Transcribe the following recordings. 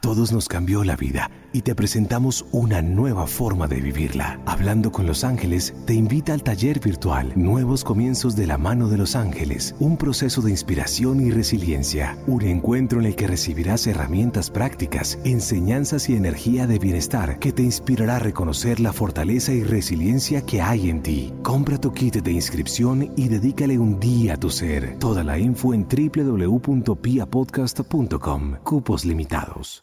todos nos cambió la vida y te presentamos una nueva forma de vivirla. Hablando con los ángeles te invita al taller virtual Nuevos Comienzos de la mano de los ángeles, un proceso de inspiración y resiliencia, un encuentro en el que recibirás herramientas prácticas, enseñanzas y energía de bienestar que te inspirará a reconocer la fortaleza y resiliencia que hay en ti. Compra tu kit de inscripción y dedícale un día a tu ser. Toda la info en www.piapodcast.com. Cupos limitados.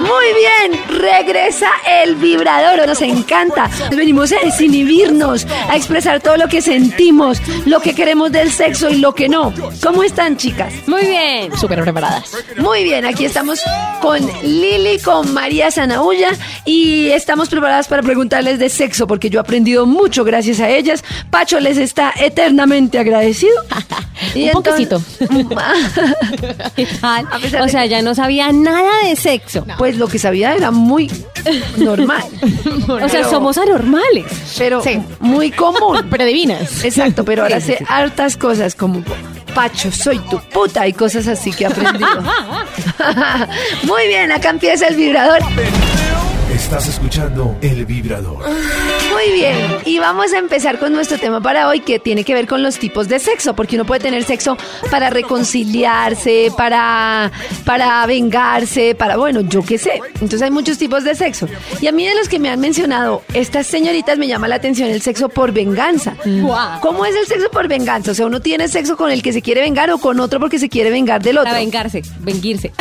Muy bien, regresa el vibrador, nos encanta. Nos venimos a desinhibirnos, a expresar todo lo que sentimos, lo que queremos del sexo y lo que no. ¿Cómo están, chicas? Muy bien, súper preparadas. Muy bien, aquí estamos con Lili, con María Zanaulla y estamos preparadas para preguntarles de sexo porque yo he aprendido mucho gracias a ellas. Pacho les está eternamente agradecido. Un poquitito. Tal. A pesar O de sea, ya no sabía nada de sexo. Pues lo que sabía era muy normal, Pues, O sea, Pero- somos anormales, pero Sí. muy común. pero divinas. Exacto, pero ahora Sí, sí, sé hartas cosas como Pacho, soy tu puta y cosas así que he aprendido. Muy bien, acá empieza el vibrador. Estás escuchando El Vibrador. Muy bien, y vamos a empezar con nuestro tema para hoy que tiene que ver con los tipos de sexo, porque uno puede tener sexo para reconciliarse, para, para vengarse, para, bueno, yo qué sé. Entonces hay muchos tipos de sexo. Y a mí de los que me han mencionado, estas señoritas me llama la atención el sexo por venganza. Mm. Guau. ¿Cómo es el sexo por venganza? O sea, uno tiene sexo con el que se quiere vengar o con otro porque se quiere vengar del otro. Para vengarse, venguirse.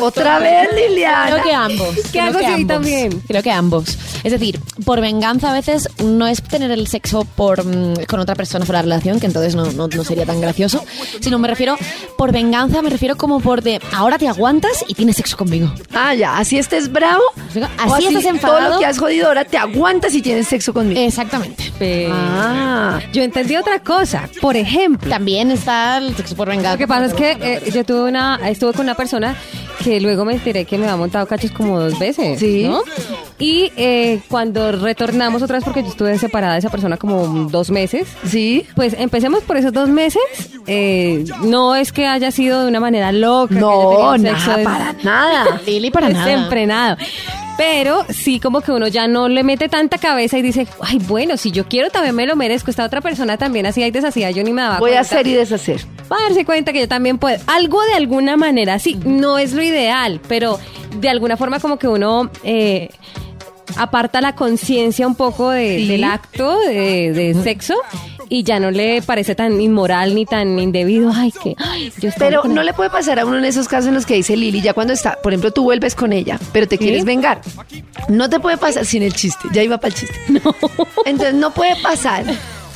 Otra vez, Liliana. Creo que ambos. ¿Qué hago si también? Creo que ambos. Es decir, por venganza a veces no es tener el sexo por, mm, con otra persona fuera de la relación, que entonces no, no- no sería tan gracioso, sino me refiero, por venganza me refiero como por de, ahora te aguantas y tienes sexo conmigo. Ah, ya, así estés bravo. Así o estás Todo lo enfadado. Eh, que has jodido ahora te aguantas y tienes sexo conmigo. Exactamente. Ah, Yo entendí otra cosa. Por ejemplo, También está el sexo por venganza. lo que pasa es que eh, yo tuve una, estuve con una persona que luego me enteré que me ha montado cachos como dos veces, Sí. ¿no? Y eh, cuando retornamos otra vez, porque yo estuve separada de esa persona como dos meses, sí. Pues empecemos por esos dos meses. Eh, no es que haya sido de una manera loca. que haya No, tenido sexo nada, des- para nada. Lili para nada. desenfrenado. Pero sí, como que uno ya no le mete tanta cabeza y dice, ay, bueno, si yo quiero también me lo merezco. Esta otra persona también hacía y deshacía, yo ni me daba Voy a cuenta. hacer y deshacer. Va a darse cuenta que yo también puedo. Algo de alguna manera, sí, no es lo ideal, pero de alguna forma como que uno eh, aparta la conciencia un poco de- Sí. del acto de, de sexo y ya no le parece tan inmoral ni tan indebido. Ay, que ay, yo estaba Pero con- no le puede pasar a uno en esos casos en los que dice Lili, ya cuando está, por ejemplo, tú vuelves con ella, pero te quieres vengar. No te puede pasar sin el chiste, ya iba para el chiste. Entonces no puede pasar.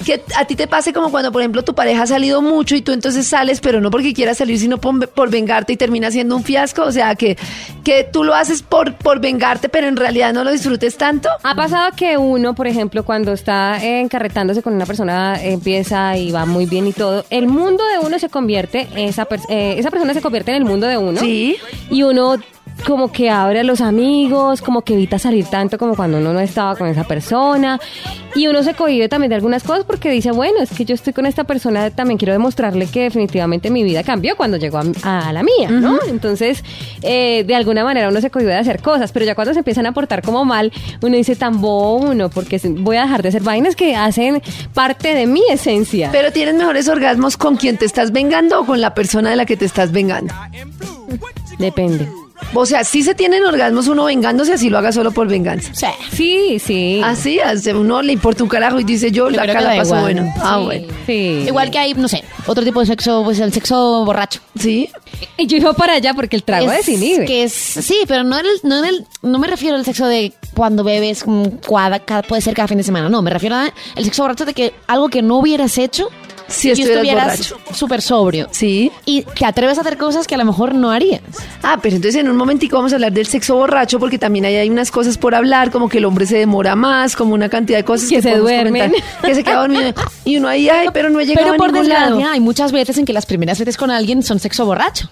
Que a ti te pase como cuando, por ejemplo, tu pareja ha salido mucho y tú entonces sales, pero no porque quieras salir, sino por, por vengarte y termina siendo un fiasco. O sea, que, que tú lo haces por, por vengarte, pero en realidad no lo disfrutes tanto. Ha pasado que uno, por ejemplo, cuando está eh, encarretándose con una persona, eh, empieza y va muy bien y todo. El mundo de uno se convierte, esa, per- eh, esa persona se convierte en el mundo de uno. Sí. Y uno como que abre a los amigos, como que evita salir tanto como cuando uno no estaba con esa persona. Y uno se cohíbe también de algunas cosas porque dice, bueno, es que yo estoy con esta persona, también quiero demostrarle que definitivamente mi vida cambió cuando llegó a, a la mía, ¿no? Entonces, eh, de alguna manera uno se cohíbe de hacer cosas, pero ya cuando se empiezan a portar como mal, uno dice, tan bobo uno, porque se- voy a dejar de hacer vainas que hacen parte de mi esencia. Pero tienes mejores orgasmos con quien te estás vengando o con la persona de la que te estás vengando. Depende. O sea, sí se tienen orgasmos uno vengándose, así lo haga solo por venganza. Sí. Sí, sí. Así, a uno le importa un carajo y dice yo, Yo la creo acá que la da paso igual. bueno. Ah, Sí. bueno. Sí. Igual que hay, no sé, otro tipo de sexo, pues el sexo borracho. Sí, Y yo iba para allá porque el trago es desinhibe. Que es, sí, pero no, en el- no, en el- no me refiero al sexo de cuando bebes, mm, cuada- cada, puede ser cada fin de semana. No, me refiero al sexo borracho de que algo que no hubieras hecho Si estuvieras súper sobrio. sí. Y te atreves a hacer cosas que a lo mejor no harías. Ah, pero entonces en un momentico vamos a hablar del sexo borracho porque también ahí hay unas cosas por hablar, como que el hombre se demora más, como una cantidad de cosas Que se podemos duermen. comentar, que se queda dormido y uno ahí, ay, pero no he llegado Pero a por ningún desgracia, lado. hay muchas veces en que las primeras veces con alguien son sexo borracho.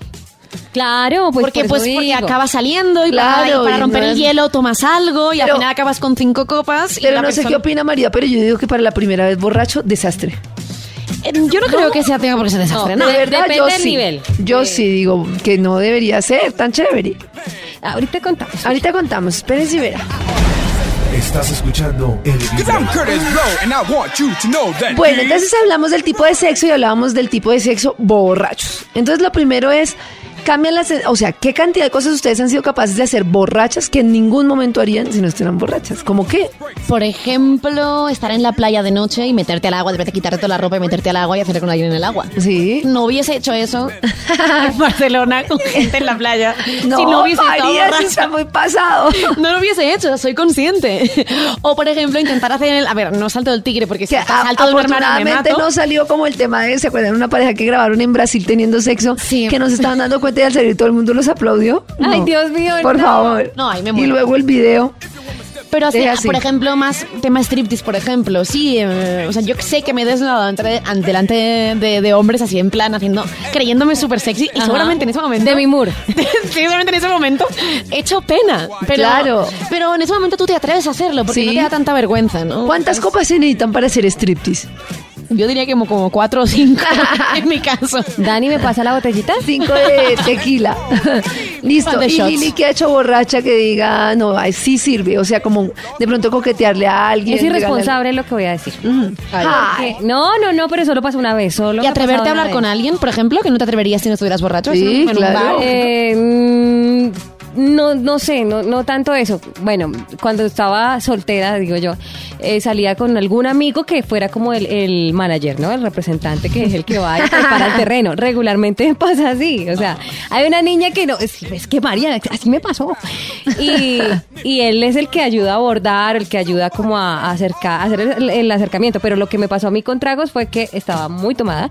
Claro, pues porque por pues eso porque digo. acabas saliendo y para- Claro, y para, y romper no el es- hielo tomas algo y al Pero- final acabas con cinco copas. y Pero la no sé persona- qué opina María, pero yo digo que para la primera vez borracho, desastre. Eh, Yo no, creo que sea tenga porque se desastre. No, No, De verdad, depende yo del sí. nivel. Yo sí digo que no debería ser tan chévere. Ahorita contamos. Ahorita contamos, espérense y verá. Estás escuchando el Cause I'm vibrador. Curtis Blow, and I want you to know that. Bueno, entonces hablamos del tipo de sexo y hablábamos del tipo de sexo borrachos. Entonces lo primero es, cambian las... O sea, ¿qué cantidad de cosas ustedes han sido capaces de hacer borrachas que en ningún momento harían si no estuvieran borrachas? ¿Cómo qué? Por ejemplo, estar en la playa de noche y meterte al agua, de repente quitarte toda la ropa y meterte al agua y hacer con alguien en el agua. Sí. No hubiese hecho eso en Barcelona con gente en la playa. No, si no hubiese estado María, eso borracha. está muy pasado. No lo hubiese hecho, soy consciente. O, por ejemplo, intentar hacer el... A ver, no salto del tigre, porque si Que a- salto del hermano me afortunadamente mato. no salió como el tema de, ¿se acuerdan? Una pareja que grabaron en Brasil teniendo sexo, Sí. que nos estaban dando cuenta y al salir todo el mundo los aplaudió. Ay, No. Dios mío, Por no. favor. No, ahí me Y muero. luego el video. Pero así, ah, Deja así. por ejemplo, más tema striptease, por ejemplo. Sí, eh, o sea, yo sé que me he desnudado entre- an- delante de, de hombres así en plan, haciendo, creyéndome súper sexy. Y Ajá. seguramente en ese momento... Demi Moore. sí, seguramente en ese momento he hecho pena. Pero, Claro. Pero en ese momento tú te atreves a hacerlo, porque Sí. no te da tanta vergüenza, ¿no? ¿Cuántas copas se necesitan para hacer striptease? Yo diría que como, como cuatro o cinco, en mi caso. Dani, ¿me pasa la botellita? Cinco de tequila. Listo. Pan de Y shots. Lili que ha hecho borracha que diga, no, ay, sí sirve. O sea, como de pronto coquetearle a alguien. Es irresponsable lo que voy a decir. regalarle- Mm. Ay. Ay. No, no, no, pero solo pasó una vez. Y Solo me ha atreverte pasado a hablar una con vez. alguien, por ejemplo, que no te atreverías si no estuvieras borracho. Sí, así, en un claro. bar. Eh, mm, no, no sé, no, no tanto eso. Bueno, cuando estaba soltera, digo yo, eh, salía con algún amigo que fuera como el, el manager, ¿no? El representante que es el que va y prepara el terreno. Regularmente me pasa así. O sea, hay una niña que no, es, es que María, así me pasó. Y, y él es el que ayuda a abordar, el que ayuda como a, a acercar, a hacer el, el acercamiento. Pero lo que me pasó a mí con tragos fue que estaba muy tomada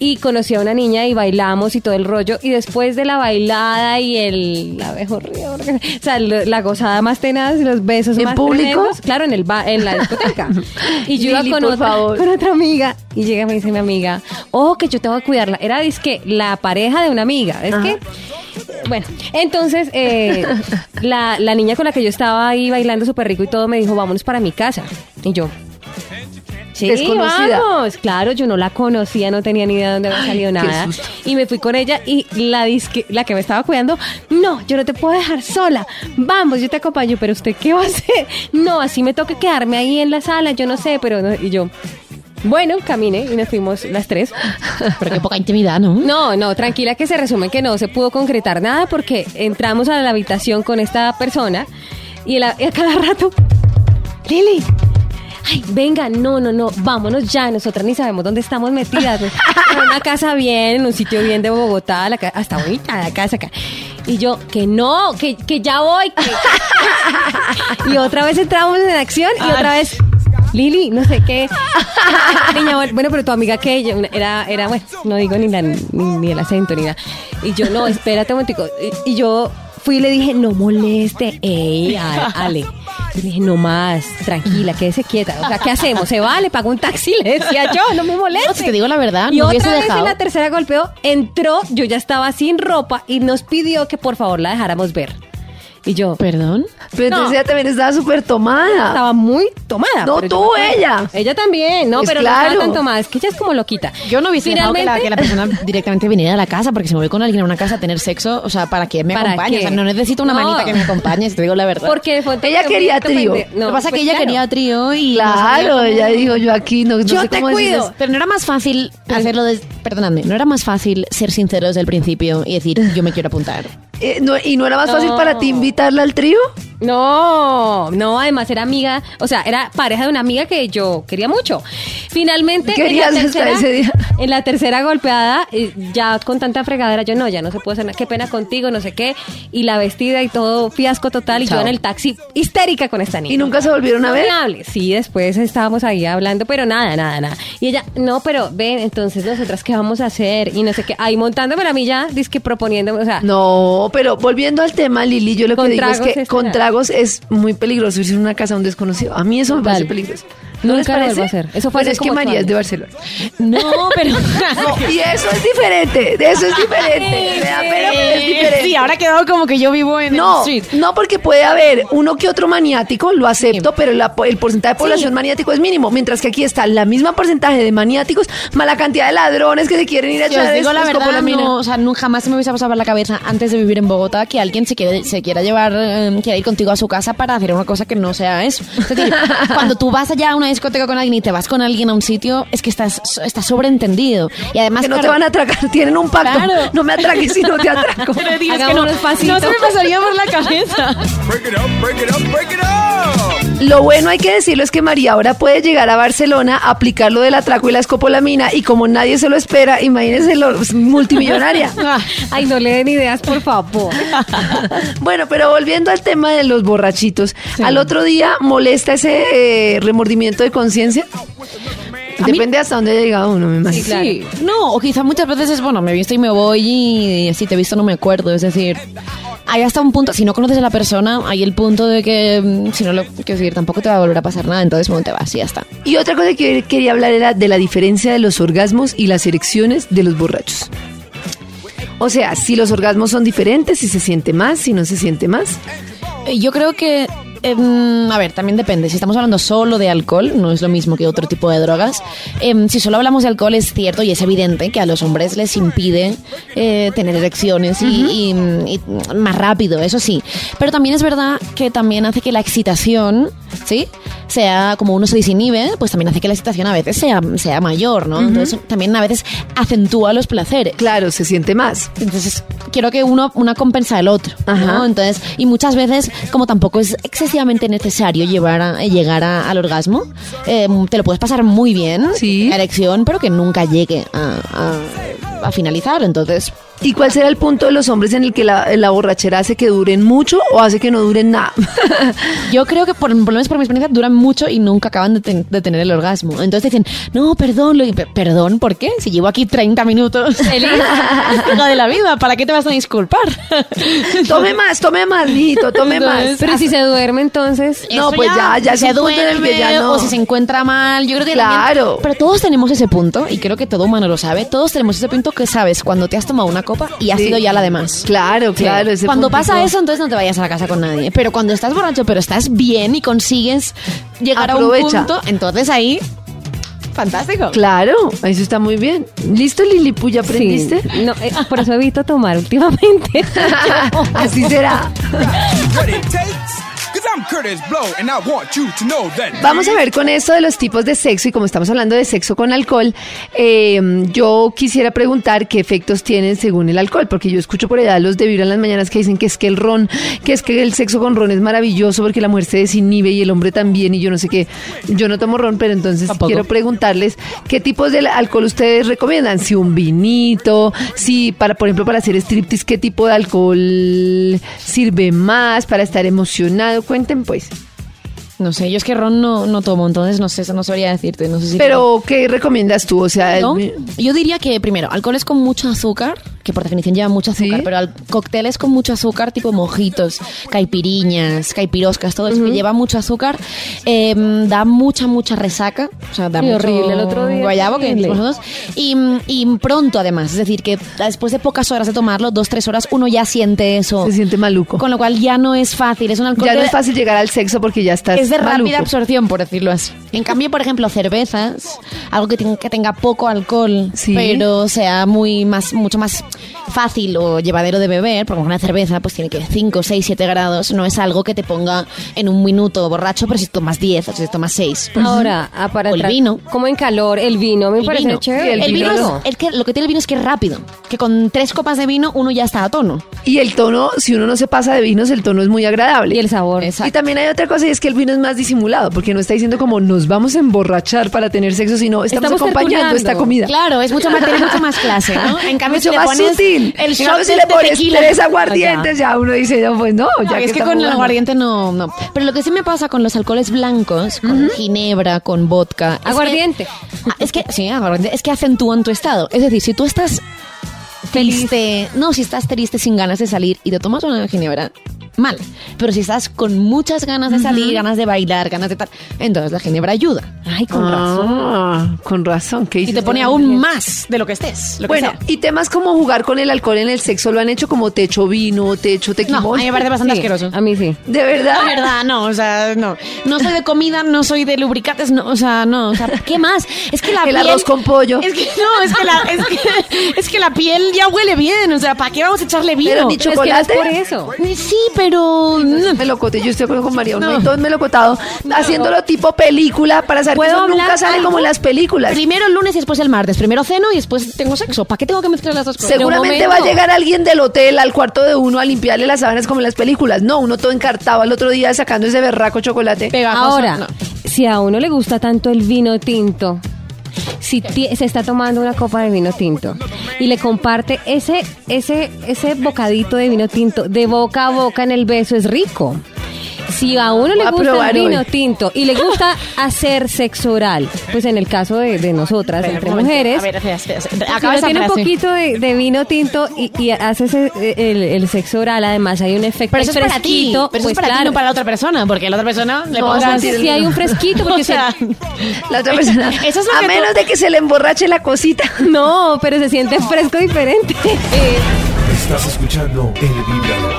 y conocí a una niña y bailamos y todo el rollo y después de la bailada y el la mejor- o sea lo- la gozada más tenaz los besos ¿En más público? tremendos, claro en el ba- en la discoteca y yo iba Lili, con por otra favor. con otra amiga y llega y me dice mi amiga ojo que yo tengo que cuidarla era que la pareja de una amiga es que bueno, entonces eh, la, la niña con la que yo estaba ahí bailando súper rico y todo me dijo, vámonos para mi casa. Y yo, sí, Desconocida. vamos. Claro, yo no la conocía, no tenía ni idea de dónde había salido nada. susto. Y me fui con ella y la, disque- la que me estaba cuidando, no, yo no te puedo dejar sola. Vamos, yo te acompaño, pero usted qué va a hacer? No, así me toca quedarme ahí en la sala, yo no sé, pero... no- Y yo... Bueno, caminé y nos fuimos las tres. Pero qué poca intimidad, ¿no? No, no, tranquila que se resume que no se pudo concretar nada porque entramos a la habitación con esta persona y, el- y a cada rato, Lili, ay, venga, no, no, no, vámonos ya, nosotras ni sabemos dónde estamos metidas. ¿no? En una casa bien, en un sitio bien de Bogotá, la ca- hasta bonita la casa acá. Y yo, que no, que, que ya voy. que- Y otra vez entramos en acción y otra vez... Lili, no sé qué. Niña, bueno, pero tu amiga que ella una- era, era, bueno, no digo ni, la- ni, ni el acento ni nada. Y yo, no, espérate un momentico. Y, y yo fui y le dije, no moleste, ey, a- Ale. Y dije, no más, tranquila, quédese quieta. O sea, ¿qué hacemos? ¿Se va? ¿Le pago un taxi? Le decía yo, no me moleste. No, si te digo la verdad, y no otra hubiese vez en dejado. la tercera golpeo, entró, yo ya estaba sin ropa y nos pidió que por favor la dejáramos ver. Y yo, Perdón. Pero entonces ella también estaba súper tomada. estaba muy tomada. Ah. No, pero tú, yo no sé. ella. Ella también, no, Pues pero no claro. estaba tan tomada. Es que ella es como loquita. Yo no hubiese dejado que la, Finalmente- que la persona directamente viniera a la casa, porque si me voy con alguien a una casa a tener sexo, o sea, ¿para que me ¿Para acompañe? qué? O sea, no necesito una No. manita que me acompañe, si te digo la verdad. Porque fue- Ella quería trío. Lo que pasa es que pues ella claro. quería trío y... no sabía Claro, cómo- ella dijo, yo aquí no, no Yo sé te cómo decirles. cuido. Pero no era más fácil hacerlo desde... Perdóname, ¿no era más fácil ser sincero desde el principio y decir, yo me quiero apuntar? Eh, no, ¿Y no era más fácil No. para ti invitarla al trío? No, no, además era amiga, o sea, era pareja de una amiga que yo quería mucho. Finalmente, Querías en, la hasta tercera, ese día. en la tercera golpeada, eh, ya con tanta fregadera, yo no, ya no se puede hacer nada, qué pena contigo, no sé qué, y la vestida y todo, fiasco total, y Chao. yo en el taxi, histérica con esta niña. ¿Y nunca se volvieron a ver? Insoportable. Sí, después estábamos ahí hablando, pero nada, nada, nada. Y ella, no, pero ven, entonces nosotras qué vamos a hacer y no sé qué. Ahí montándome la milla, dizque proponiéndome, o sea, No, pero volviendo al tema, Lili, yo lo que Con digo es tragos que es con nada. tragos es muy peligroso irse a una casa a un desconocido. A mí eso me parece Total. peligroso. ¿No les Nunca lo parece? vuelvo a hacer. Eso Pero fue hace es que como ocho María es de años. Barcelona. No, pero. Y eso es diferente, de eso es diferente. Me da pena, pero es diferente. Sí, ahora ha quedado como que yo vivo en No, el street. no, porque puede haber uno que otro maniático, lo acepto, pero la po- el porcentaje de población maniático es mínimo. Mientras que aquí está la misma porcentaje de maniáticos, más la cantidad de ladrones que se quieren ir a Yo echar os digo la estos verdad, copolaminas. no, o sea, nunca jamás se me hubiese pasado por la cabeza antes de vivir en Bogotá que alguien se, quiere, se quiera llevar, eh, quiera ir contigo a su casa para hacer una cosa que no sea eso. Es decir, cuando tú vas allá a una discoteca con alguien y te vas con alguien a un sitio, es que estás, estás sobreentendido. Y además, Que no te claro, van a atracar, tienen un pacto. Claro. No me atraques si no te atraco. pero digo, es que Hagamos no, unos pasitos. no se me pasaría por la cabeza. Break it up, break it up, break it up. Lo bueno hay que decirlo es que María ahora puede llegar a Barcelona, aplicar lo del atraco y la escopolamina, y como nadie se lo espera, imagínense, lo, es multimillonaria. Ah, Ay, no le den ideas, por favor. Bueno, pero volviendo al tema de los borrachitos, ¿al otro día molesta ese eh, remordimiento de conciencia? Depende hasta dónde haya llegado uno, me imagino. Sí, no, o quizá muchas veces es, bueno, me he visto y me voy y, si te he visto no me acuerdo, es decir, hay hasta un punto, si no conoces a la persona, hay el punto de que mm, si no lo quiero decir, tampoco te va a volver a pasar nada, entonces bueno, te vas y ya está. Y otra cosa que quería hablar era de la diferencia de los orgasmos y las erecciones de los borrachos. O sea, si los orgasmos son diferentes, si se siente más, si no se siente más. Eh, Yo creo que, em, a ver, también depende. Si estamos hablando solo de alcohol, no es lo mismo que otro tipo de drogas. Em, si solo hablamos de alcohol, es cierto y es evidente que a los hombres les impide eh, tener erecciones y, y, mm, y, mm, más rápido, eso sí. Pero también es verdad que también hace que la excitación, ¿sí? Sea como uno se disinhibe, pues también hace que la excitación a veces sea, sea mayor, ¿no? Entonces también a veces acentúa los placeres. Claro, se siente más. Entonces, quiero que uno una compensa el otro, ¿no? Ajá. Entonces, y muchas veces, como tampoco es excesivamente necesario llevar a- eh, llegar a- al orgasmo, eh, te lo puedes pasar muy bien, Sí. la erección, pero que nunca llegue a, a- a finalizar. Entonces, ¿Y cuál será el punto de los hombres en el que la, la borrachera hace que duren mucho o hace que no duren nada? yo creo que, por, por lo menos por mi experiencia, duran mucho y nunca acaban de, ten- de tener el orgasmo. Entonces dicen, no, perdón, lo- perdón, ¿por qué? Si llevo aquí 30 minutos feliz, tengo de la vida, ¿para qué te vas a disculpar? tome más, tome más, mijito, tome más. Pero si se duerme, entonces. No, Eso pues ya, ya es si un punto en el que ya no. O si se encuentra mal, yo creo que Claro. también- pero todos tenemos ese punto, y creo que todo humano lo sabe, todos tenemos ese punto que sabes cuando te has tomado una copa y has Sí. sido ya la demás. Claro, claro. ese cuando puntico. pasa eso, entonces no te vayas a la casa con nadie. Pero cuando estás borracho, pero estás bien y consigues llegar Aprovecha. a un punto, entonces ahí, fantástico. Claro, eso está muy bien. ¿Listo, Lilipu? ¿Ya aprendiste? Sí. No, eh, por eso evito tomar últimamente. Así será. What it takes, cause I'm Curtis Blow, and I want you to know that. Vamos a ver con esto de los tipos de sexo y como estamos hablando de sexo con alcohol, eh, yo quisiera preguntar qué efectos tienen según el alcohol, porque yo escucho por allá a los de Vibra en las mañanas que dicen que es que el ron, que es que el sexo con ron es maravilloso porque la mujer se desinhibe y el hombre también y yo no sé qué. Yo no tomo ron, pero entonces quiero preguntarles qué tipos de alcohol ustedes recomiendan, si un vinito, si para por ejemplo para hacer striptease qué tipo de alcohol sirve más para estar emocionado, cuenten pues. No sé, yo es que ron no, no tomo, entonces no sé, eso no sabría decirte. No sé si Pero, ¿qué recomiendas tú? O sea, ¿No? el- Yo diría que primero, alcoholes con mucho azúcar, que por definición lleva mucho azúcar, Sí. pero al- cócteles con mucho azúcar, tipo mojitos, caipiriñas, caipiroscas, todo eso que lleva mucho azúcar, eh, da mucha, mucha resaca. O sea, da Sí, mucho horrible, el otro día, guayabo que horrible. decimos nosotros. Y, y pronto, además, es decir, que después de pocas horas de tomarlo, dos, tres horas, uno ya siente eso. se siente maluco. Con lo cual ya no es fácil, es un alcohol ya no que- es fácil llegar al sexo porque ya estás es de maluco. rápida absorción, por decirlo así. En cambio, por ejemplo, cervezas, algo que, tenga- que tenga poco alcohol, Sí. pero sea muy más, mucho más fácil o llevadero de beber, porque una cerveza pues tiene que 5, 6, 7 grados, no es algo que te ponga en un minuto borracho, pero si tomas 10 o si tomas 6. Ahora, ah, para O el atrás, vino. Como en calor, el vino me El parece vino. chévere. Sí, El, el vino, vino es, el que, lo que tiene el vino es que es rápido, que con tres copas de vino uno ya está a tono. Y el tono, si uno no se pasa de vinos, el tono es muy agradable. Y el sabor. Y también hay otra cosa y es que el vino es más disimulado porque no está diciendo como nos vamos a emborrachar para tener sexo, sino estamos, Estamos acompañando tertuleando. esta comida. Claro, es mucho más, tiene mucho más clase, ¿no? En cambio, Mucho si le más pones sutil. el En shot cambio, si de- le de pones tequila. tres aguardientes, ya uno dice, no, pues no, No, ya es que estamos con el jugando. aguardiente no, no. Pero lo que sí me pasa con los alcoholes blancos, con ginebra, con vodka. es que- Aguardiente. Ah, Es que, sí, aguardiente. Es que acentúan tu estado. Es decir, si tú estás triste, no, si estás triste sin ganas de salir y te tomas una ginebra, mal. Pero si estás con muchas ganas de salir, ganas de bailar, ganas de tal, entonces la ginebra ayuda. Ay, con razón. Ah, con razón. ¿qué Y dices? te pone aún más de lo que estés. Lo que Bueno, sea. y temas como jugar con el alcohol en el sexo lo han hecho como techo vino, techo tequimón. No, a mí me parece bastante Sí, asqueroso. A mí sí. De verdad. La verdad, no, o sea, no. No soy de comida, no soy de lubricantes, no, o sea, no, o sea, ¿qué más? Es que la El piel... arroz con pollo. Es que no, es que, la, es, que, es que la piel ya huele bien, o sea, ¿para qué vamos a echarle vino? Pues Pero ni Pero es que no es chocolate. por eso. Sí, pero... mm, Melocote, yo estoy de acuerdo con María, un No. montón melocotado, haciéndolo tipo película para saber que ¿Puedo eso nunca hablar sale algo? como en las películas. Primero el lunes y después el martes. Primero ceno y después tengo sexo. ¿Para qué tengo que mezclar las dos cosas? Seguramente momento. va a llegar alguien del hotel al cuarto de uno a limpiarle las sábanas como en las películas. No, uno todo encartado al otro día sacando ese berraco chocolate. Pegajoso, Ahora, no. si a uno le gusta tanto el vino tinto, si ti- se está tomando una copa de vino tinto y le comparte ese, ese, ese bocadito de vino tinto de boca a boca en el beso, es rico. Si a uno Voy le a gusta probar el vino hoy. tinto y le gusta hacer sexo oral, pues en el caso de, de nosotras, Espera, entre un momento. mujeres, A ver, espera, espera, espera. si Acaba uno esa tiene un frase. poquito de, de vino tinto y, y haces el, el- el sexo oral, además hay un efecto Pero eso es para ti. fresquito, Pero eso pues es para ti, claro, no para la otra persona. Porque la otra persona le No, pues, pondrá- vas a sentir entonces el sí hay vino. un fresquito, O porque sea, se- La otra persona. Eso es lo a que tú- menos de que se le emborrache la cosita. No, pero se siente fresco diferente. Eh, Estás escuchando el vibrador.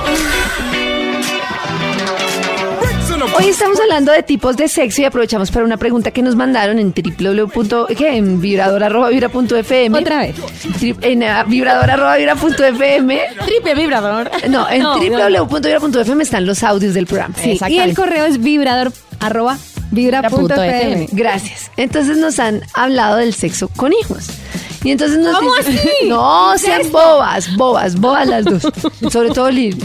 Bricks in a Hoy estamos hablando de tipos de sexo y aprovechamos para una pregunta que nos mandaron en www. ¿qué? en vibrador.vibra.fm. Otra vez. Tri- En ah, vibrador.vibra.fm. triple vibrador. No, en No, no, www.vibra.fm están los audios del programa. Sí, y el correo es vibrador arroba vibra punto fm. Gracias. Entonces nos han hablado del sexo con hijos. Y entonces nos ¿Cómo dicen- así? No, sean bobas, bobas, bobas las dos. Sobre todo Lili.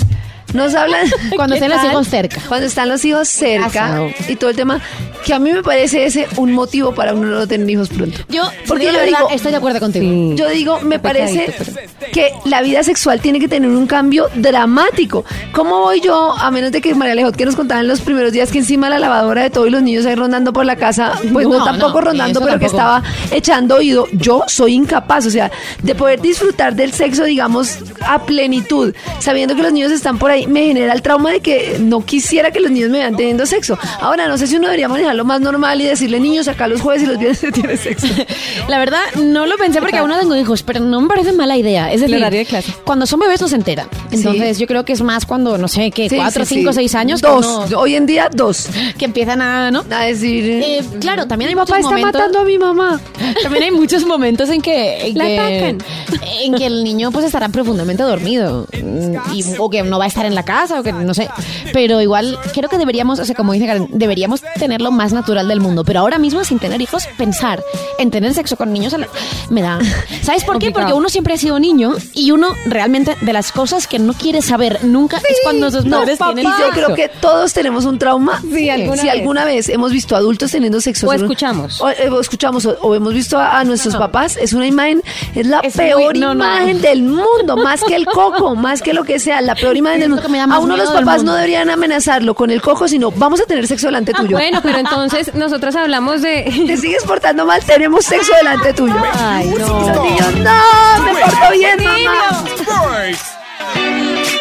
Nos hablan Cuando estén los tal? hijos cerca. Cuando están los hijos cerca Casado. y todo el tema que a mí me parece ese un motivo para uno no tener hijos pronto. Yo, porque yo yo la verdad digo, estoy de acuerdo contigo. Sí. yo digo, me parece pecadito, que la vida sexual tiene que tener un cambio dramático. ¿Cómo voy yo, a menos de que María Lejot, que nos contaba en los primeros días que encima la lavadora de todos los niños ahí rondando por la casa, pues no, No, tampoco no, rondando, eso pero que estaba tampoco. echando oído, yo soy incapaz, o sea, de poder disfrutar del sexo, digamos, a plenitud, sabiendo que los niños están por ahí, me genera el trauma de que no quisiera que los niños me vean teniendo sexo. Ahora, no sé si uno debería manejarlo más normal y decirle, niños, acá los jueves y los viernes se tiene sexo. La verdad, no lo pensé porque aún no tengo hijos, pero no me parece mala idea. Es decir, horario de clase. cuando son bebés no se enteran. Entonces, yo creo que es más cuando, no sé, que Sí, cuatro, sí, cinco, sí. seis años. que Dos. no- Hoy en día, dos. Que, empiezan a, ¿no? A decir. Eh, claro, también hay mi papá muchos está momentos. matando a mi mamá. También hay muchos momentos en que, en La que- atacan. en que el niño pues estará profundamente dormido mm, y, o que no va a estar en la casa o que no sé, pero igual creo que deberíamos, o sea, como dice Karen, deberíamos tener lo más natural del mundo, pero ahora mismo sin tener hijos pensar en tener sexo con niños a la- me da. ¿Sabes por qué? Complicado. Porque uno siempre ha sido niño y uno realmente de las cosas que no quiere saber nunca es cuando sus No, padres papá. tienen yo sexo. creo que todos tenemos un trauma. Sí, alguna si vez. alguna vez hemos visto adultos teniendo sexo. O solo- escuchamos. O, eh, o escuchamos o, o hemos visto a, a nuestros papás. Es una imagen, es la Es muy- peor no, no. imagen del mundo. Más que el coco, más que lo que sea. La peor imagen del lo mundo. que me da A más uno los miedo del papás mundo. no Ah, deberían amenazarlo con el coco, sino vamos a tener sexo delante tuyo. Bueno, pero entonces nosotras hablamos de... Te sigues portando mal, tenemos sexo delante tuyo. Ay, no. Y los niños, no, me porto bien, mamá. Sprite.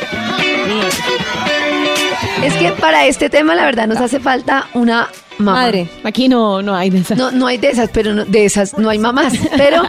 Es que para este tema, la verdad, nos hace falta una mamá. Madre. Aquí no, no hay de esas. No, no hay de esas, pero no- de esas no hay mamás. Pero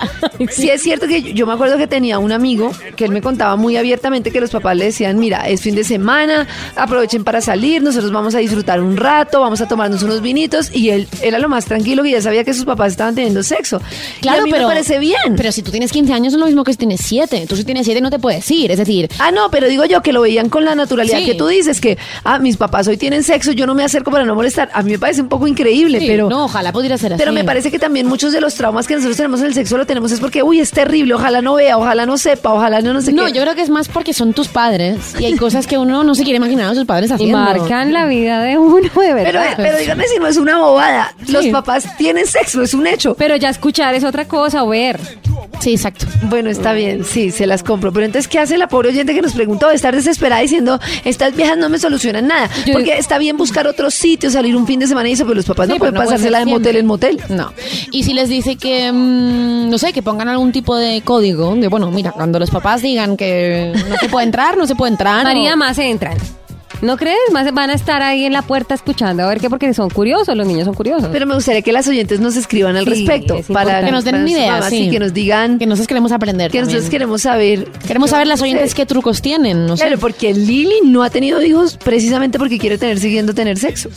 sí es cierto que yo, yo me acuerdo que tenía un amigo que él me contaba muy abiertamente que los papás le decían, mira, es fin de semana, aprovechen para salir, nosotros vamos a disfrutar un rato, vamos a tomarnos unos vinitos y él era lo más tranquilo que ya sabía que sus papás estaban teniendo sexo. y a mí me parece bien. Pero si tú tienes 15 años es lo mismo que si tienes 7. Tú si tienes 7 no te puedes ir. Es decir, Ah, no, pero digo yo que lo veían con la naturalidad Sí. que tú dices, que ah, mis papás hoy tienen sexo, yo no me acerco para no molestar. A mí me parece un poco increíble, sí, pero... no, ojalá pudiera ser así. Pero me parece que también muchos de los traumas que nosotros tenemos en el sexo lo tenemos es porque, uy, es terrible, ojalá no vea, ojalá no sepa, ojalá no, no sé No, qué. yo creo que es más porque son tus padres y hay cosas que uno no se quiere imaginar a sus padres Y haciendo. eh, marcan la vida de uno, de pero, verdad. pero dígame si no es una bobada. Los papás tienen sexo, es un hecho. Pero ya escuchar es otra cosa, o ver. Sí, exacto. Bueno, está bien, sí, se las compro. Pero entonces, ¿qué hace la pobre oyente que nos preguntó? Estar desesperada diciendo, estas viejas no me solucionan nada. Yo- Porque está bien buscar otro sitio, salir un fin de semana y eso, pero los papás Sí, no pueden pero no puede pasársela de ser motel siempre. en motel. No. Y si les dice que, mm, no sé, que pongan algún tipo de código, de bueno, mira, cuando los papás digan que Ah, no se puede entrar, no se puede entrar. o- María más entran. ¿No crees? Más van a estar ahí en la puerta escuchando a ver qué, porque son curiosos, los niños son curiosos. Pero me gustaría que las oyentes nos escriban al Sí, respecto. es importante. Que nos den para una idea, mamás, sí. y que nos digan Que nosotros queremos aprender. que nosotros también. queremos saber. Queremos saber las oyentes qué ¿eh? trucos tienen. No sé. Claro, porque Lili no ha tenido hijos precisamente porque quiere tener siguiendo tener sexo.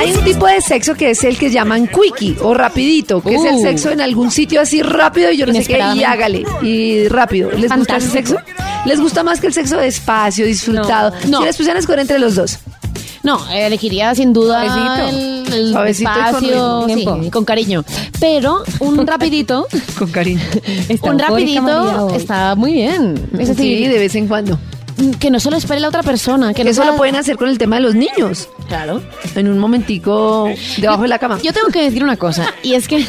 Hay un tipo de sexo que es el que llaman quickie o rapidito, que es el Uh. sexo en algún sitio así rápido y yo no sé qué, y Inesperadamente. hágale, y rápido. ¿Les gusta ese Fantástico. sexo? ¿Les gusta más que el sexo despacio, disfrutado? No. Si les pusieran a escoger entre los dos. No, elegiría sin duda Suavecito. el, el Suavecito y con espacio, ritmo. sí, Tiempo. con cariño. Pero un rapidito, Con cariño. Está un eufórica María rapidito hoy. está muy bien. Es Sí, decir, de vez en cuando. que no solo espere la otra persona, que Que no eso sea- lo pueden hacer con el tema de los niños. Claro. En un momentico debajo de la cama. Yo tengo que decir una cosa, y es que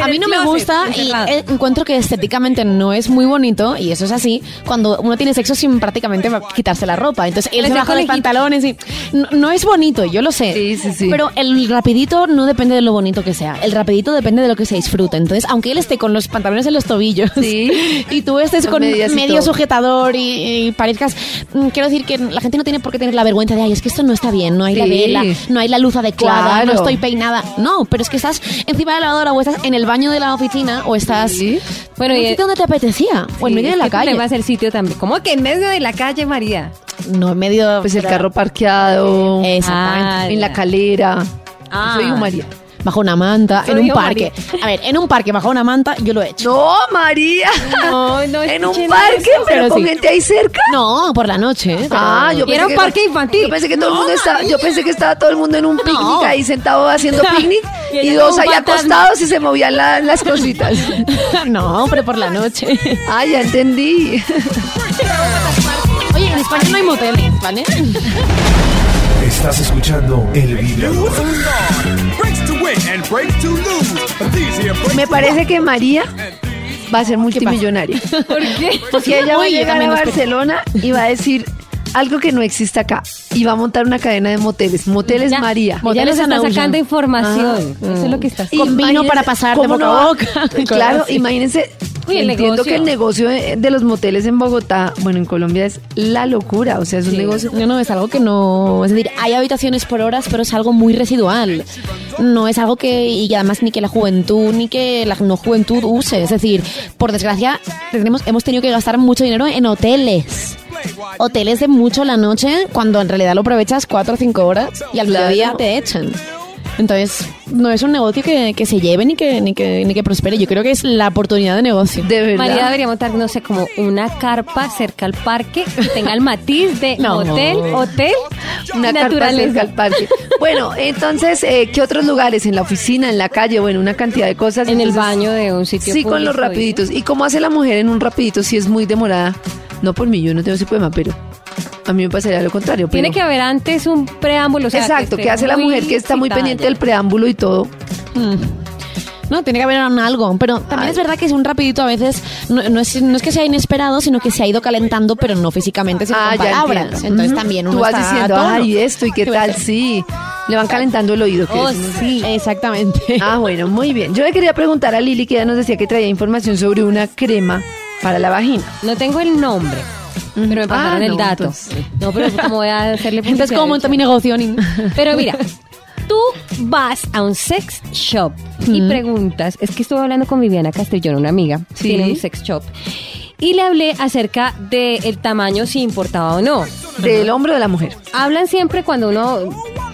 a mí el no me closet, gusta y encerrada. eh, encuentro que estéticamente no es muy bonito, y eso es así, cuando uno tiene sexo sin prácticamente va- quitarse la ropa. Entonces él Él se es el baja los conejito. pantalones y. No, no es bonito, yo lo sé. Sí, sí, sí. Pero el rapidito no depende de lo bonito que sea. El rapidito depende de lo que se disfruta. Entonces, aunque él esté con los pantalones en los tobillos Sí. y tú estés Con con medias y medio todo. sujetador y, y parezcas. mm, Quiero decir que la gente no tiene por qué tener la vergüenza de, ay, es que esto no está bien, no hay la Sí. vela, no hay la luz adecuada, Claro. no estoy peinada. No, pero es que estás encima de la lavadora o estás en el baño de la oficina o estás Sí. bueno, Bueno, en y- un sitio donde te apetecía o en Sí, medio de es la que tú le calle. vas al sitio también. ¿Cómo que en medio de la calle, María? No, en medio. Pues el carro parqueado, Eh, Exactamente. Ah, en la ya. calera. Ah. Soy María. Bajo una manta, Soy en un yo, parque. A ver, en un parque, bajo una manta, yo lo he hecho. No, María. No, no en un escuché nada de parque, eso. pero, pero con sí. gente ahí cerca. No, por la noche. ¿eh? Pero- Ah, yo Y pensé era un que- parque infantil. Yo pensé que todo el mundo estaba, yo pensé que estaba todo el mundo en un picnic ahí sentado haciendo picnic Y y, ella dos como ahí un fantasma. acostados y se movían la- las cositas. no, pero por la noche. Ah, ya entendí. Oye, en España no hay moteles, ¿vale? Estás escuchando el vibrador. Me parece que María va a ser multimillonaria. ¿Por qué? Porque ella va a Uy, yo llegar a también los creo. Barcelona y va a decir algo que no existe acá y va a montar una cadena de moteles, moteles Ya, María. Ella Moteles nos está Anaúlla. sacando información. Ah, Eso es lo que está haciendo. Con vino Imagínense para pasar de cómo boca no a va- boca. Claro, Cosas así. imagínense. Uy, el entiendo negocio. que el negocio de, de los moteles en Bogotá, bueno, en Colombia es la locura, o sea, es un negocio. No, no, es algo que no. Es decir, hay habitaciones por horas, pero es algo muy residual. No es algo que. Y además, ni que la juventud, ni que la no juventud use. Es decir, por desgracia, tenemos, hemos tenido que gastar mucho dinero en hoteles. Hoteles de mucho la noche, cuando en realidad lo aprovechas cuatro o cinco horas y al Claro. mediodía te echan. Entonces, no es un negocio que, que se lleve ni que, ni, que, ni que prospere. Yo creo que es la oportunidad de negocio. De verdad. María debería montar, no sé, como una carpa cerca al parque que tenga el matiz de No. hotel, hotel, una carpa cerca naturaleza. al parque. Bueno, entonces, eh, ¿qué otros lugares? En la oficina, en la calle, bueno, una cantidad de cosas. En el Entonces, baño de un sitio Sí, con los público, rapiditos. ¿Y cómo hace la mujer en un rapidito si es muy demorada? No por mí, yo no tengo ese poema, pero a mí me pasaría lo contrario. pero- Tiene que haber antes un preámbulo. o sea, Exacto, que, esté hace la muy mujer que está muy excitada pendiente ya. del preámbulo y todo. No, tiene que haber un algo. Pero también Ay. es verdad que es un rapidito a veces. No, no es, no es que sea inesperado, sino que se ha ido calentando, pero no físicamente, sino con palabras. Ah, entiendo. Entonces Ujú. también uno Tú vas está a diciendo, tono. ay, este, esto y qué Sí, tal, bueno. sí. Le van calentando el oído. que Oh, decimos. sí. Exactamente. Ah, bueno, muy bien. Yo le quería preguntar a Lili que ella nos decía que traía información sobre una crema para la vagina. No tengo el nombre, pero me Ah, pasaron no, el dato. entonces- No, pero ¿cómo voy a hacerle Entonces, ¿cómo monta mi negocio? Ni- Pero mira, tú vas a un sex shop y preguntas, es que estuve hablando con Viviana Castellón, una amiga, Sí. tiene un sex shop, y le hablé acerca del tamaño, si importaba o no. Del hombro de la mujer. Hablan siempre cuando uno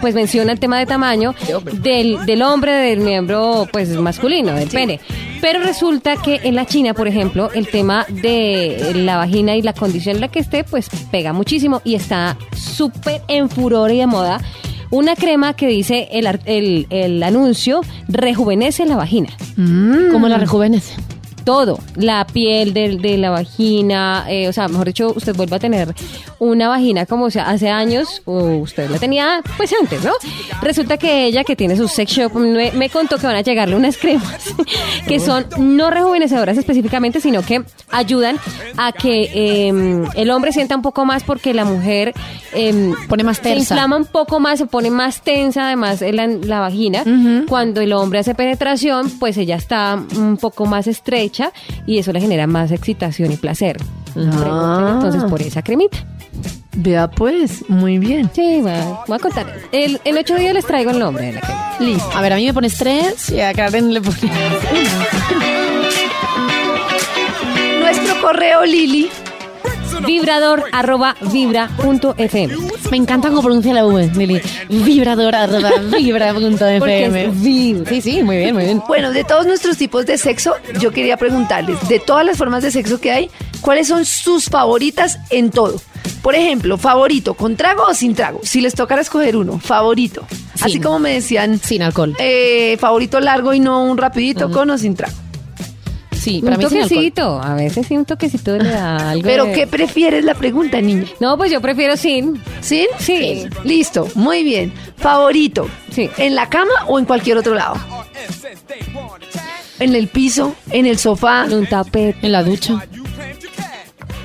pues menciona el tema de tamaño del, del hombre, del miembro pues masculino, del pene. Pero resulta que en la China, por ejemplo, el tema de la vagina y la condición en la que esté, pues pega muchísimo y está súper en furor y de moda. Una crema que dice el, ar- el, el anuncio rejuvenece la vagina. Mm. ¿Cómo la rejuvenece? Todo, la piel del- de, la vagina, eh, o sea, mejor dicho, usted vuelve a tener una vagina como sea, hace años, o usted la tenía pues antes, ¿no? Resulta que ella, que tiene su sex shop, me, me contó que van a llegarle unas cremas que son no rejuvenecedoras específicamente, sino que ayudan a que eh, el hombre sienta un poco más porque la mujer eh, Pone más se tersa. inflama un poco más, se pone más tensa además en la, la vagina. Cuando el hombre hace penetración, pues ella está un poco más estrecha y eso le genera más excitación y placer. Ah. Pregunten entonces por esa cremita. Vea pues, muy bien. Sí, bueno, voy a contar. El, en ocho días les traigo el nombre de la crema. Listo. A ver, a mí me pones tres y a Karen le pones uno. Nuestro correo Lili. Vibrador arroba vibra punto fm. Me encanta cómo pronuncia la V, Lili. Vibrador arroba vibra punto Porque FM. es vib. Sí, sí, muy bien, muy bien. Bueno, de todos nuestros tipos de sexo, yo quería preguntarles, de todas las formas de sexo que hay, ¿cuáles son sus favoritas en todo? Por ejemplo, favorito, ¿con trago o sin trago? Si les tocara escoger uno, favorito. Así Sin. como me decían, Sin alcohol. eh, favorito largo y no un rapidito, con o sin trago. Sí, para Un mí sin alcohol. toquecito. A veces sí, un toquecito le da algo. Pero de- ¿qué prefieres la pregunta, niña? No, pues yo prefiero sin. ¿Sí? Sí. Listo, muy bien. Favorito. Sí. ¿En la cama o en cualquier otro lado? En el piso, en el sofá. Ah. En un tapete. En la ducha.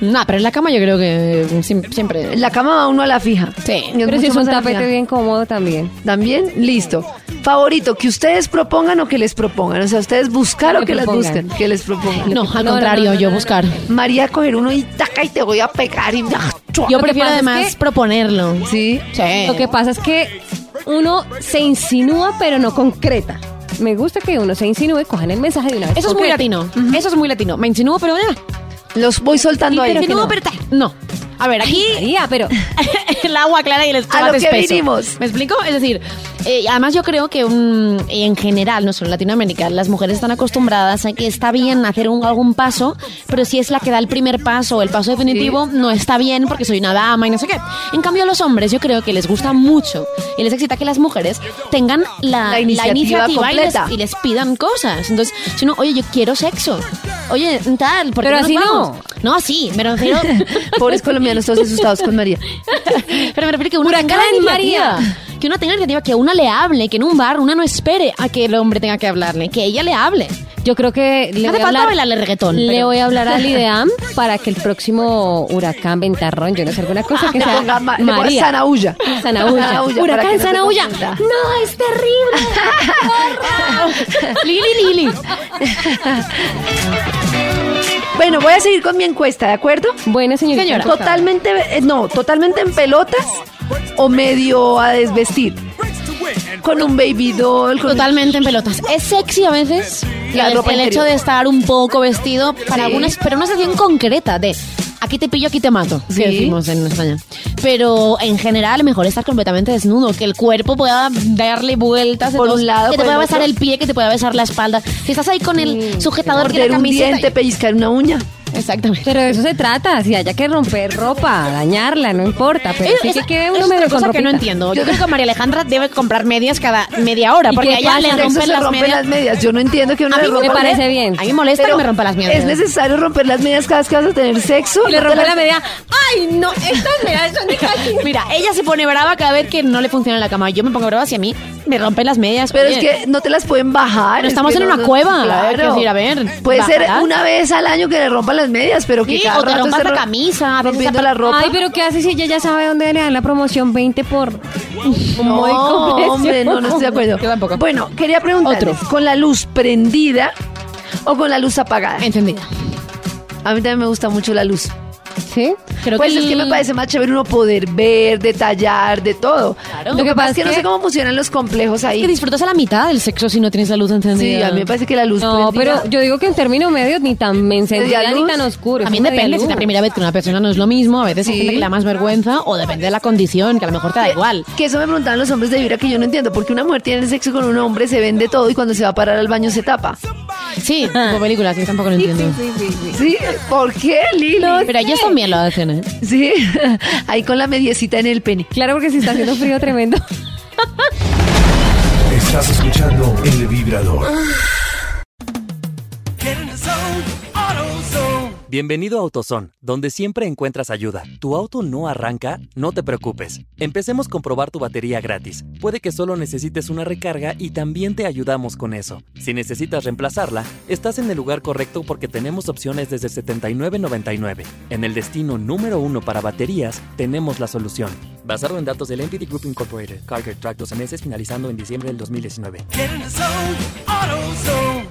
No, pero en la cama yo creo que eh, sim- siempre. En la cama va uno a la fija. Sí. Y Pero si mucho es un más a la tapete fija. bien cómodo también. También, listo. Favorito, que ustedes propongan o que les propongan. O sea, ustedes buscar o Que que las propongan. busquen. Que les propongan. No, No, al no, contrario, no, no, yo no, buscar. María, coger uno y taca y te voy a pegar y chua. Yo que prefiero pasa es además que- proponerlo. Sí. Sí. Lo que pasa es que uno se insinúa, pero no concreta. Me gusta que uno se insinúe, cojan el mensaje de una vez. Eso es muy concreta. latino. Eso es muy latino. Me insinúo, pero ya. Los voy soltando ahí. Insinúo, pero ta- No. A ver, aquí. María, pero el agua clara y el A lo estómago que espeso. vinimos. ¿Me explico? Es decir, eh, además yo creo que un- en general, no solo en Latinoamérica, las mujeres están acostumbradas a que está bien hacer un, algún paso, pero si es la que da el primer paso o el paso definitivo, no está bien porque soy una dama y no sé qué. En cambio, a los hombres yo creo que les gusta mucho y les excita que las mujeres tengan la, La iniciativa y, les, completa. y les pidan cosas. Entonces, si no, oye, yo quiero sexo. Oye, tal, ¿por qué no Pero nos así no. vamos? No, así, pero pero- Pobres colombianos todos asustados con María. pero me refiero que uno Huracán tenga la iniciativa. María. Que uno tenga la iniciativa, que una le hable, que en un bar una no espere a que el hombre tenga que hablarle, que ella le hable. yo creo que le No voy hace falta a hablar. bailarle reggaetón. Le pero- voy a hablar al IDEAM para que el próximo huracán, ventarrón, yo no sé, alguna cosa Ah, que Le sea ponga ma- le ponga María. Zanaulla. Zanaulla. Zanaulla, para que Huracán no te Zanaulla. confunda. No, es terrible. Lili, Lili. Bueno, voy a seguir con mi encuesta, ¿de acuerdo? Bueno, señorita. Señora. por favor. Totalmente, eh, no, totalmente en pelotas o medio a desvestir. Con un baby doll, con Totalmente en pelotas. Es sexy a veces La el, ropa el interior. hecho de estar un poco vestido para Sí. algunas, pero una situación concreta de aquí te pillo, aquí te mato, Sí. que decimos en España. Pero en general mejor estar completamente desnudo, que el cuerpo pueda darle vueltas. Por entonces, un lado, que te por el pueda besar otro. el pie, que te pueda besar la espalda. Si estás ahí con el sujetador de morder la un camiseta. diente, pellizcar una uña. Exactamente. Pero de eso se trata, si haya que romper ropa, dañarla, no importa, pero Eso- sí esa- que quede esa uno es medio otra cosa con que no ropita. entiendo. Yo creo que María Alejandra debe comprar medias cada media hora ¿Y porque qué a ella pasa? le Eso rompen se las rompe medias. las medias. Yo no entiendo que uno A le mí me rompa parece medias. bien. A mí me molesta Pero que me rompa las medias. Es necesario romper las medias cada vez que vas a tener sexo. Y le ¿No te rompe las- la media. ¡Ay, no! Estas medias son de calcín. Mira, ella se pone brava cada vez que no le funciona la cama. Yo me pongo brava si a mí me rompen las medias. Pero oye. es que no te las pueden bajar. Pero es estamos que en no- una no- cueva, claro. eh, quiero decir, a ver, Puede ser bajarás. una vez al año que le rompan las medias, pero que Sí, cada o te rato rompas esté la ro- camisa, a veces rompiendo esa- la ropa. Ay, pero ¿qué hace si ella ya sabe dónde le dan la promoción 20 por No, Muy complejo. hombre, no, no estoy de acuerdo. Yo tampoco. Bueno, quería preguntarles, Otro. ¿con la luz prendida o con la luz apagada? Entendida. A mí también me gusta mucho la luz. ¿Sí? Creo pues que es que el- me parece más chévere uno poder ver, detallar, de todo. Claro. Lo que pasa es que no sé cómo funcionan los complejos Que ahí. disfrutas a la mitad del sexo si no tienes la luz encendida. Sí, a mí me parece que la luz No, prendida... pero yo digo que en términos medios ni tan encendida ni luz. tan oscuro. También es media depende, si es la luz. primera vez que una persona no es lo mismo, a veces hay Sí. gente que le da más vergüenza o depende de la condición, que a lo mejor te da igual. Que eso me preguntaban los hombres de Vibra que yo no entiendo. Porque una mujer tiene sexo con un hombre, se vende todo y cuando se va a parar al baño se tapa. Sí, como películas, yo tampoco lo entiendo. Ah. ¿Sí? ¿Por qué, Lilo? Pero ellos también lo hacen, ¿eh? Sí, ahí con la mediecita en el pene. Claro, porque si está haciendo frío tremendo. Estás escuchando El Vibrador. Bienvenido a AutoZone, donde siempre encuentras ayuda. ¿Tu auto no arranca? No te preocupes. Empecemos con probar tu batería gratis. Puede que solo necesites una recarga y también te ayudamos con eso. Si necesitas reemplazarla, estás en el lugar correcto porque tenemos opciones desde $79.99. En el destino número uno para baterías, tenemos la solución. Basado en datos del NPD Group Incorporated, Carger Track 12 meses finalizando en diciembre del 2019. Get in the zone, AutoZone.